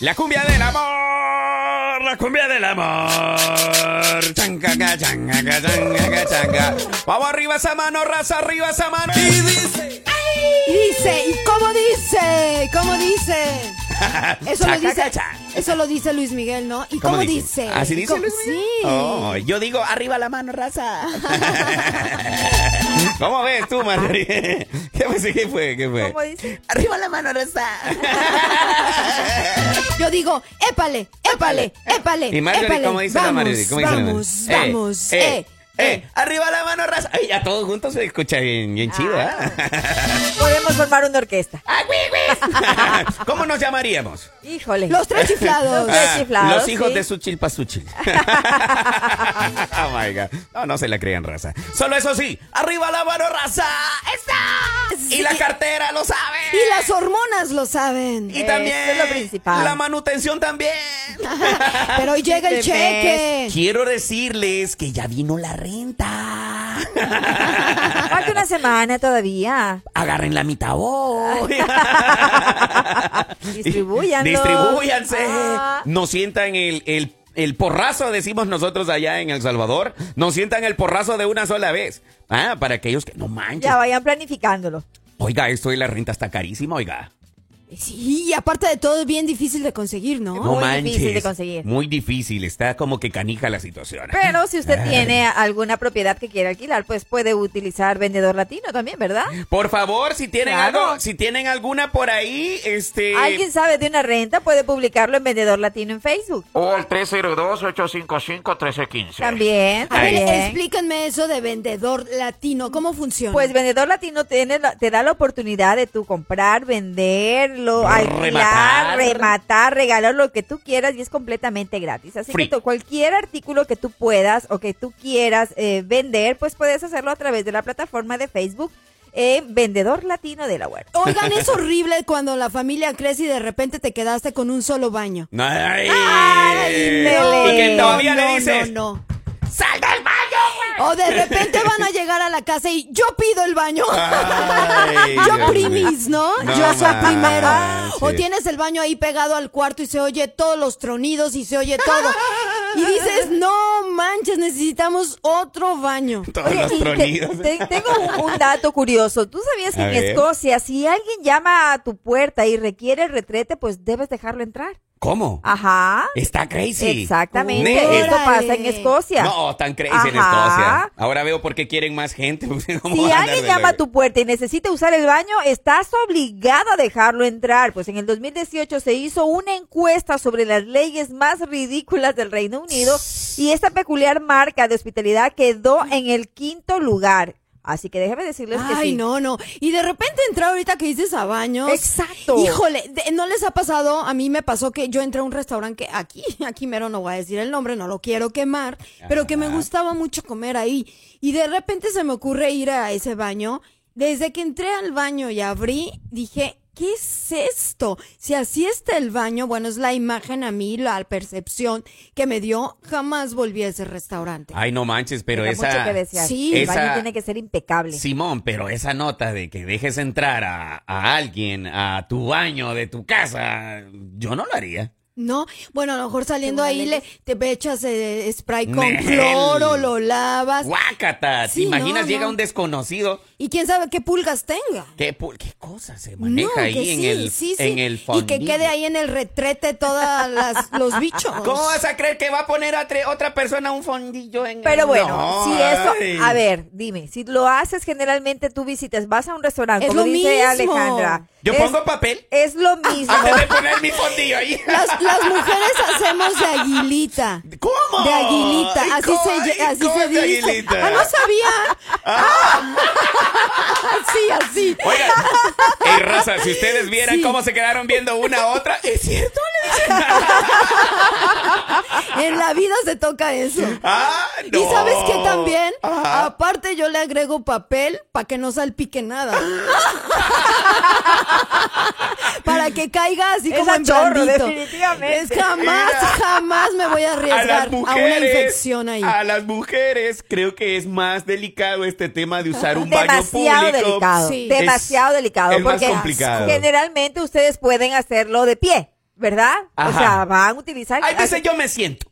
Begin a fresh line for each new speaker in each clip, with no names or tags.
La cumbia del amor, la cumbia del amor. Chancaca, chancaca, chancaca, chanca. Vamos arriba esa mano, raza, arriba esa mano. Y dice.
Y dice, ¿y cómo dice? ¿Cómo dice? Eso lo
Chaca,
dice,
chaca.
eso lo dice Luis Miguel, ¿no? ¿Y cómo, dice?
¿Así
¿Y
dice
cómo-
Luis Miguel?
Sí.
Oh, yo digo, arriba la mano, raza. ¿Cómo ves tú, Marjorie? ¿Qué fue? ¿Qué fue? ¿Qué fue?
¿Cómo dice?
Arriba la mano, raza.
Yo digo, épale, épale, épale.
Eh, ¿Y Marjorie
épale.
cómo dice la
vamos,
Marjorie? ¿Cómo dice la
Vamos,
Marjorie?
vamos,
Eh, eh,
eh.
eh, arriba la mano, raza. Ay, ya todos juntos se escucha bien, bien chido, ¿ah?
Podemos formar una orquesta.
¿Cómo nos llamaríamos?
Híjole.
Los tres chiflados.
Los tres
Ah,
chiflados,
los hijos
sí.
de Suchil Pasuchil. oh my God. No, no se la crean, raza. Solo eso sí, arriba la mano, raza. ¡Está! Y la cartera lo sabe.
Y las hormonas lo saben.
Y también.
Eso es lo principal.
La manutención también.
Pero hoy llega el
Este
cheque.
Quiero decirles que ya vino la renta.
Falta una semana todavía.
Agarren la mitad hoy.
Distribúyanlo.
Distribúyanse.
Ah.
Nos sientan el, el- el porrazo, decimos nosotros allá en El Salvador. Nos sientan el porrazo de una sola vez. Ah, para aquellos que no manches.
Ya vayan planificándolo.
Oiga, esto de la renta está carísima, oiga.
Sí, y aparte de todo es bien difícil de conseguir, ¿no?
No
Muy
manches.
difícil de conseguir.
Muy difícil. Está como que canija la situación.
Pero si usted
Ay.
tiene alguna propiedad que quiera alquilar, pues puede utilizar vendedor latino también, ¿verdad?
Por favor, si tienen
Claro.
algo, si tienen alguna por ahí, este.
Alguien sabe de una renta, puede publicarlo en vendedor latino en Facebook.
O al 302-855-1315.
También,
A ver,
también.
explíquenme eso de vendedor latino. ¿Cómo funciona?
Pues Vendedor Latino tiene la- te da la oportunidad de tú comprar, venderlo,
Rematar.
alquilar, rematar, regalar lo que tú quieras y es completamente gratis. Así
Free.
que tú- cualquier artículo que tú puedas o que tú quieras eh, vender, pues puedes hacerlo a través de la plataforma de Facebook eh, Vendedor Latino de la web.
Oigan, es horrible cuando la familia crece y de repente te quedaste con un solo baño.
Ay.
no,
y que todavía
no,
le dices.
No, no.
¡Sal del baño, güey!
O de repente van a llegar a la casa y yo pido el baño.
Ay,
yo
Dios
primis, ¿no? Ah,
mío. No
yo soy
manches.
primero. O tienes el baño ahí pegado al cuarto y se oye todos los tronidos y se oye todo. Y dices, no manches, necesitamos otro baño.
Todos
Oye,
los
y te-
tronidos.
te- tengo un, un dato curioso. ¿Tú sabías que
A
en
ver.
Escocia, si alguien llama a tu puerta y requiere el retrete, pues debes dejarlo entrar?
¿Cómo?
Ajá.
Está crazy.
Exactamente.
Ne-
Esto
Órale.
pasa en Escocia.
No, tan crazy en
Ajá.
Escocia. Ahora veo por qué quieren más gente. ¿Cómo
Si
van a
alguien
andar
llama a
de-
tu puerta y necesita usar el baño, estás obligado a dejarlo entrar. Pues en el 2018 se hizo una encuesta sobre las leyes más ridículas del Reino Unido y esta peculiar marca de hospitalidad quedó en el quinto lugar. Así que déjeme decirles que
Ay,
sí.
no, no. Y de repente entrar ahorita que dices a baños.
Exacto.
Híjole, de- ¿no les ha pasado? A mí me pasó que yo entré a un restaurante que aquí, aquí mero no voy a decir el nombre, no lo quiero quemar, pero que me gustaba mucho comer ahí. Y de repente se me ocurre ir a ese baño. Desde que entré al baño y abrí, dije, ¿qué es esto? Si así está el baño, bueno, es la imagen a mí, la percepción que me dio, jamás volví a ese restaurante.
Ay, no manches, pero
Deja mucho
esa.
que desear.
Sí.
el
Esa-
baño tiene que ser impecable.
Simón, pero esa nota de que dejes entrar a, a alguien a tu baño de tu casa, yo no lo haría.
No, bueno, a lo mejor saliendo ahí le, te echas eh, spray con
Nel.
cloro, lo lavas.
Guácata, ¿te
Sí,
imaginas?
no,
llega
no.
un desconocido.
Y quién sabe qué pulgas tenga.
¿Qué, pu- qué cosa se maneja
No,
ahí
que
en
sí,
el,
sí, sí.
en el
Y que
fondillo? Ah,
quede ahí en el retrete todos los bichos.
¿Cómo vas a creer que va a poner a tre- otra persona un fondillo en
Pero
el-
bueno,
No,
si eso,
ay.
a ver, dime, si lo haces generalmente tú visitas, vas a un restaurante,
Es
como
lo
dice
mismo.
Alejandra.
Yo
es-
pongo papel
Es lo mismo.
antes de poner mi fondillo ahí.
Las, las mujeres hacemos de aguilita.
¿Cómo?
De aguilita,
Ay,
así
¿cómo?
se, lle-
Ay,
así
¿cómo
se
es de
dice.
aguilita? Ah.
Ah, no sabía. Así, así.
Oigan, hey, raza, si ustedes vieran
Sí.
cómo se quedaron viendo una a otra, es cierto, le dicen.
En la vida se toca eso.
Ah, no.
Y sabes que también, Ah,
Ajá.
aparte yo le agrego papel para que no salpique nada. para que caiga así
Es
como
a
en
chorro,
blandito.
definitivamente.
Es jamás,
Mira.
jamás me voy a
a
arriesgar
las
a, una
mujeres,
infección ahí.
a las mujeres creo que es más delicado este tema de usar un
demasiado
baño público.
delicado,
Sí.
demasiado
Es-
delicado,
es más
porque
complicado.
generalmente ustedes pueden hacerlo de pie. ¿verdad? O
Ajá.
sea, van a utilizar.
Ahí dice pues, yo me siento.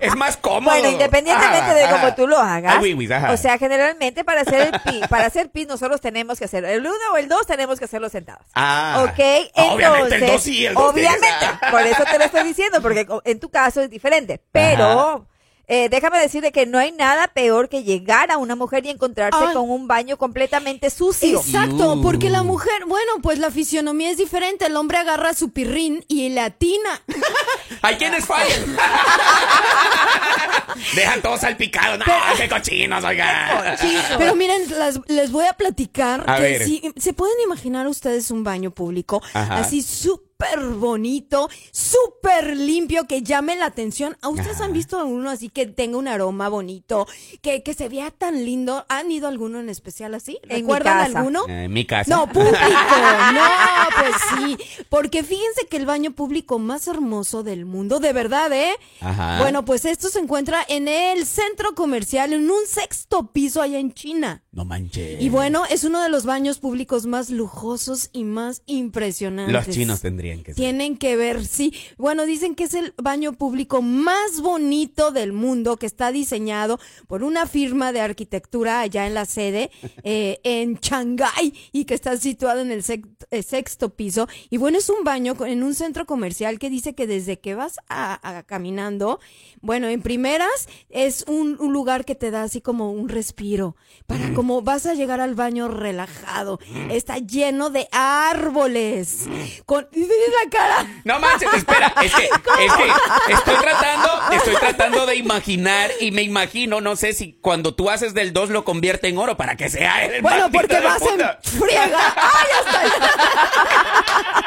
es más cómodo.
Bueno, independientemente
Ajá,
de
ajá.
cómo tú lo hagas.
Ah, Ay, oui, oui, ajá.
O sea, generalmente para hacer el pi, para hacer pi nosotros tenemos que hacer el uno o el dos tenemos que hacerlo sentados.
Ah.
ok, entonces.
Obviamente, el dos sí, el dos
Obviamente,
tiene que-
por eso te lo estoy diciendo, porque co- en tu caso es diferente. Pero eh, déjame decirte que no hay nada peor que llegar a una mujer y encontrarse
Ah.
con un baño completamente sucio.
Exacto,
Iu.
porque la mujer, bueno, pues la fisionomía es diferente. El hombre agarra su pirrín y le atina.
Hay quienes fallan. Dejan todo salpicado. No, qué cochinos, oiga.
Pero miren, las- les voy a platicar
A
que
ver.
si se pueden imaginar ustedes un baño público
Ajá.
así súper bonito, súper limpio, que llame la atención. ¿A ustedes
Ajá.
han visto uno así que tenga un aroma bonito, que, que se vea tan lindo? ¿Han ido a alguno en especial así?
mi
¿Recuerdan
casa.
alguno?
Eh, En mi casa.
No, público, no, pues sí, porque fíjense que el baño público más hermoso del mundo, de verdad, ¿eh?
Ajá.
Bueno, pues esto se encuentra en el centro comercial, en un sexto piso allá en China.
No manches.
Y bueno, es uno de los baños públicos más lujosos y más impresionantes.
Los chinos tendrían que ser.
Tienen que ver, sí. Bueno, dicen que es el baño público más bonito del mundo, que está diseñado por una firma de arquitectura allá en la sede, eh, en Shanghái, y que está situado en el sec- eh, sexto piso. Y bueno, es un baño con- en un centro comercial que dice que desde que vas a, a- caminando, bueno, en primeras es un, un lugar que te da así como un respiro, para como vas a llegar al baño relajado. Está lleno de árboles. Con y ve la cara.
No manches, espera, es que, es que estoy tratando, estoy tratando de imaginar y me imagino, no sé si cuando tú haces del 2 lo convierte en oro para que sea el
Bueno,
maldito
porque
de
vas
puta.
en friega. ¡Ay, hasta ahí!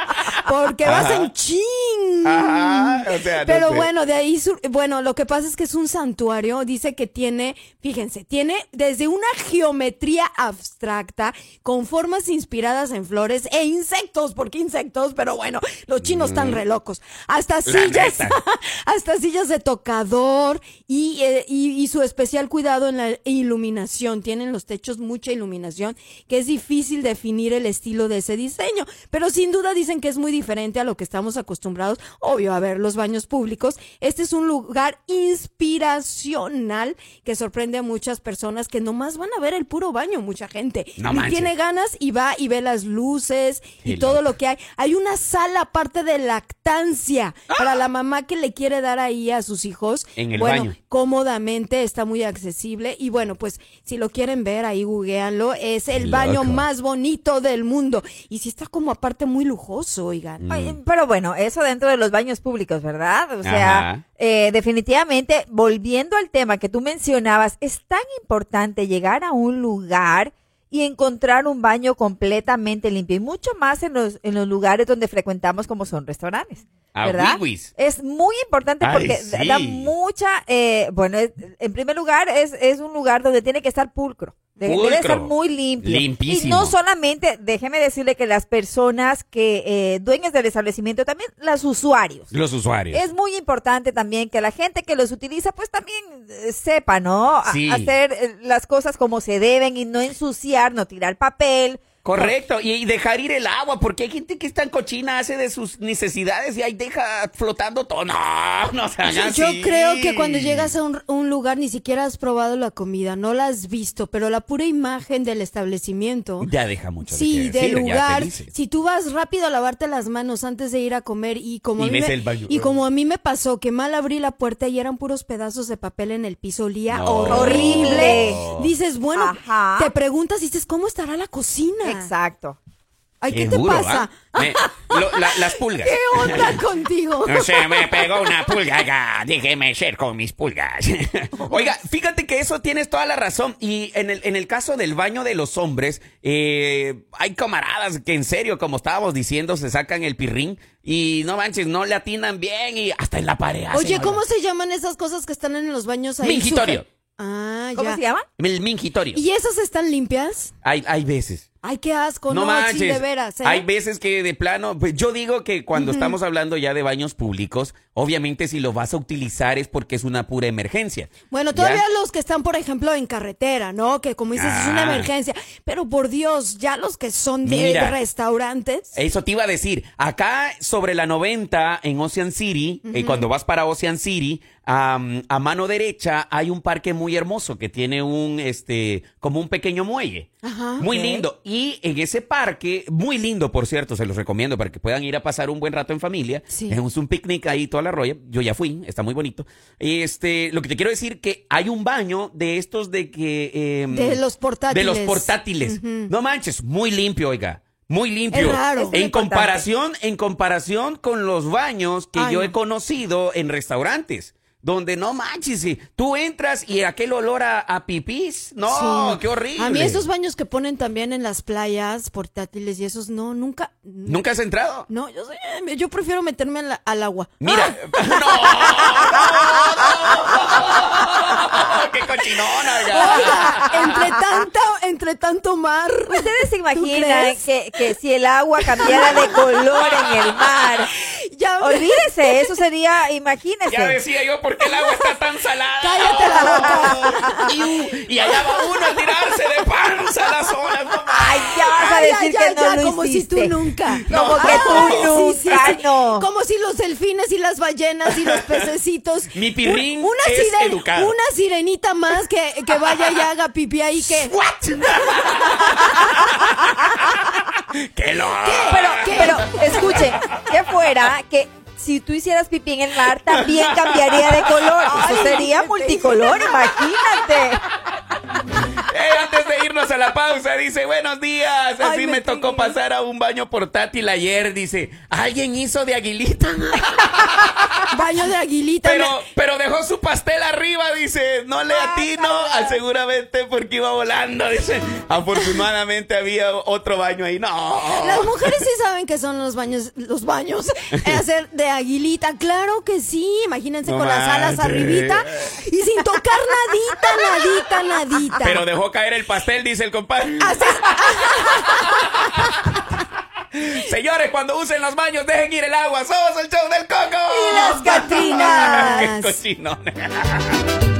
Porque vas
Ajá.
en ching.
Ajá, o sea, no
Pero
sé.
bueno, de ahí, sur- bueno, lo que pasa es que es un santuario, dice que tiene, fíjense, tiene desde una geometría abstracta con formas inspiradas en flores e insectos, porque insectos, pero bueno, los chinos están re locos. Hasta sillas,
Mm. neta.
hasta sillas de tocador y, eh, y, y su especial cuidado en la iluminación. Tienen los techos mucha iluminación, que es difícil definir el estilo de ese diseño, pero sin duda dicen que es muy diferente a lo que estamos acostumbrados, obvio, a ver los baños públicos. Este es un lugar inspiracional que sorprende a muchas personas que nomás van a ver el puro baño, mucha gente.
No
Ni
manches.
tiene ganas y va y ve las luces
Qué
y todo
loco.
lo que hay. Hay una sala aparte de lactancia para la mamá que le quiere dar ahí a sus hijos.
En el
bueno,
baño.
cómodamente, está muy accesible. Y bueno, pues si lo quieren ver, ahí googleanlo. Es el
Qué
baño
loco.
más bonito del mundo. Y sí está como aparte muy lujoso,
Mm.
oigan.
Ay, Pero bueno, eso dentro de los baños públicos, ¿verdad? O
Ajá.
sea, eh, definitivamente, volviendo al tema que tú mencionabas, es tan importante llegar a un lugar y encontrar un baño completamente limpio, y mucho más en los, en los lugares donde frecuentamos como son restaurantes.
A
¿verdad?
wiwis.
Es muy importante
Ah, Ay,
porque
sí.
da mucha, eh, bueno, es- en primer lugar es, es un lugar donde tiene que estar pulcro. De- Debe
Pulcro.
estar muy limpio.
Limpísimo.
Y no solamente, déjeme decirle que las personas que eh, dueñas del establecimiento, también los usuarios.
Los usuarios.
Es muy importante también que la gente que los utiliza, pues también eh, sepa, ¿no? A-
Sí.
hacer eh, las cosas como se deben y no ensuciar, no tirar papel.
Correcto, y, y dejar ir el agua, porque hay gente que es tan cochina, hace de sus necesidades y ahí deja flotando todo. No, no se hagan
Yo creo que cuando llegas a un, un lugar ni siquiera has probado la comida, no la has visto, pero la pura imagen del establecimiento.
Ya deja mucho
Sí,
de
del lugar.
Sí.
Si tú vas rápido a lavarte las manos antes de ir a comer y como
Y
a mí
ves
me,
el baño.
y como a mí me pasó que mal abrí la puerta y eran puros pedazos de papel en el piso, olía
No.
horrible.
Horrible.
Dices, bueno,
Ajá.
te preguntas y dices, ¿cómo estará la cocina?
Exacto.
Ay, ¿qué, te
¿ah?
pasa?
las pulgas.
¿Qué onda contigo?
No sé, me pegó una pulga. oiga, Déjeme ser con mis pulgas. Oiga, fíjate que eso tienes toda la razón. Y en el, en el caso del baño de los hombres, eh, hay camaradas que en serio, como estábamos diciendo, se sacan el pirrín y no manches, no le atinan bien y hasta en la pared. hacen,
Oye,
oiga.
¿cómo se llaman esas cosas que están en los baños ahí?
Mingitorio.
Suge- Ah,
¿Cómo
ya.
se llama?
El mingitorio.
¿Y esas están limpias?
Hay, hay veces.
Ay, qué asco, no, sí, de veras. ¿eh?
Hay veces que de plano, pues yo digo que cuando estamos hablando ya de baños públicos, obviamente si lo vas a utilizar es porque es una pura emergencia.
Bueno,
¿ya?
todavía los que están, por ejemplo, en carretera, ¿no? Que como dices, es una
Ah.
emergencia. Pero por Dios, ya los que son de
Mira. Eh,
restaurantes.
Eso te iba a decir. Acá sobre la 90 en Ocean City, eh, cuando vas para Ocean City, am, a mano derecha hay un parque muy hermoso que tiene un, este, como un pequeño muelle.
Ajá.
muy
Ok.
lindo. Y en ese parque, muy lindo, por cierto, se los recomiendo para que puedan ir a pasar un buen rato en familia.
Sí.
Es un- un picnic ahí toda la roya. Yo ya fui, está muy bonito. Este, lo que te quiero decir que hay un baño de estos de que eh,
De los
de
portátiles.
los portátiles. No manches, muy limpio, oiga. Muy limpio.
Es raro. Es
En
importante.
comparación, en comparación con los baños que
Ay,
yo
no.
he conocido en restaurantes. Donde no manches, sí, tú entras y aquel olor a, a pipís. No,
Sí.
qué horrible.
A mí esos baños que ponen también en las playas portátiles y esos, no, nunca.
¿Nunca has entrado?
No, yo, soy- eh, yo prefiero meterme al, al agua.
Mira. ¡No! ¡Qué cochinona! oiga!
Oiga, entre tanto, entre tanto mar.
¿Ustedes se imaginan
crees?
que, que si el agua cambiara de color en el mar?
Ya
Olvídese, eso sería, imagínense.
Ya decía yo, ¿por qué el agua está tan salada?
Cállate la
boca! y allá va uno a tirarse de panza a las olas. no más.
Ay, ya vas a
Ay,
decir
ya,
que no
ya,
lo
como
hiciste.
si tú nunca.
Como que tú nunca, no.
Como si los delfines y las ballenas y los pececitos.
Mi pirrín
una
es
siren-
educado.
Una sirenita más que, que vaya y haga pipí ahí que.
¡Qué loco!
Pero,
¿Qué?
pero, escuchen, que fuera que si tú hicieras pipí en el mar, también cambiaría de color. Eso sería multicolor, imagínate.
Eh, antes de irnos a la pausa, dice, buenos días. Así
Ay, me
me tocó
pegué.
pasar a un baño portátil ayer, dice. Alguien hizo de aguilita.
Baño de aguilita.
Pero,
me-
pero dejó su pastel arriba, dice. No le atino, ah, seguramente porque iba volando, dice. Afortunadamente había otro baño ahí.
Las
No.
mujeres sí saben que son los baños, los baños, eh, hacer de aguilita, claro que sí, imagínense
No
con las alas
manches.
arribita y sin tocar nadita, nadita, nadita.
Pero dejó caer el pastel, dice el compadre. Señores, cuando usen los baños, dejen ir el agua. Somos el show del coco.
Y las Catrinas.
Qué cochinones.